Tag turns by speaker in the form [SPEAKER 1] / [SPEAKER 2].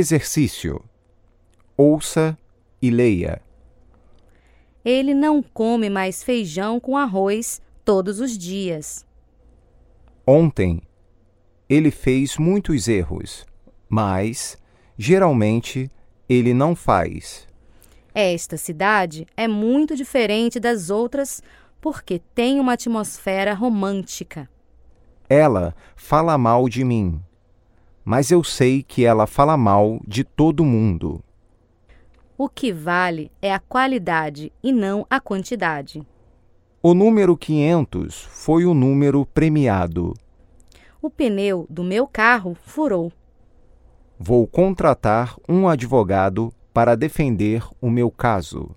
[SPEAKER 1] Exercício. Ouça e leia.
[SPEAKER 2] Ele não come mais feijão com arroz todos os dias.
[SPEAKER 1] Ontem, ele fez muitos erros, mas, geralmente, ele não faz.
[SPEAKER 2] Esta cidade é muito diferente das outras porque tem uma atmosfera romântica.
[SPEAKER 1] Ela fala mal de mim, mas eu sei que ela fala mal de todo mundo.
[SPEAKER 2] O que vale é a qualidade e não a quantidade.
[SPEAKER 1] O número 500 foi o número premiado.
[SPEAKER 2] O pneu do meu carro furou.
[SPEAKER 1] Vou contratar um advogado para defender o meu caso.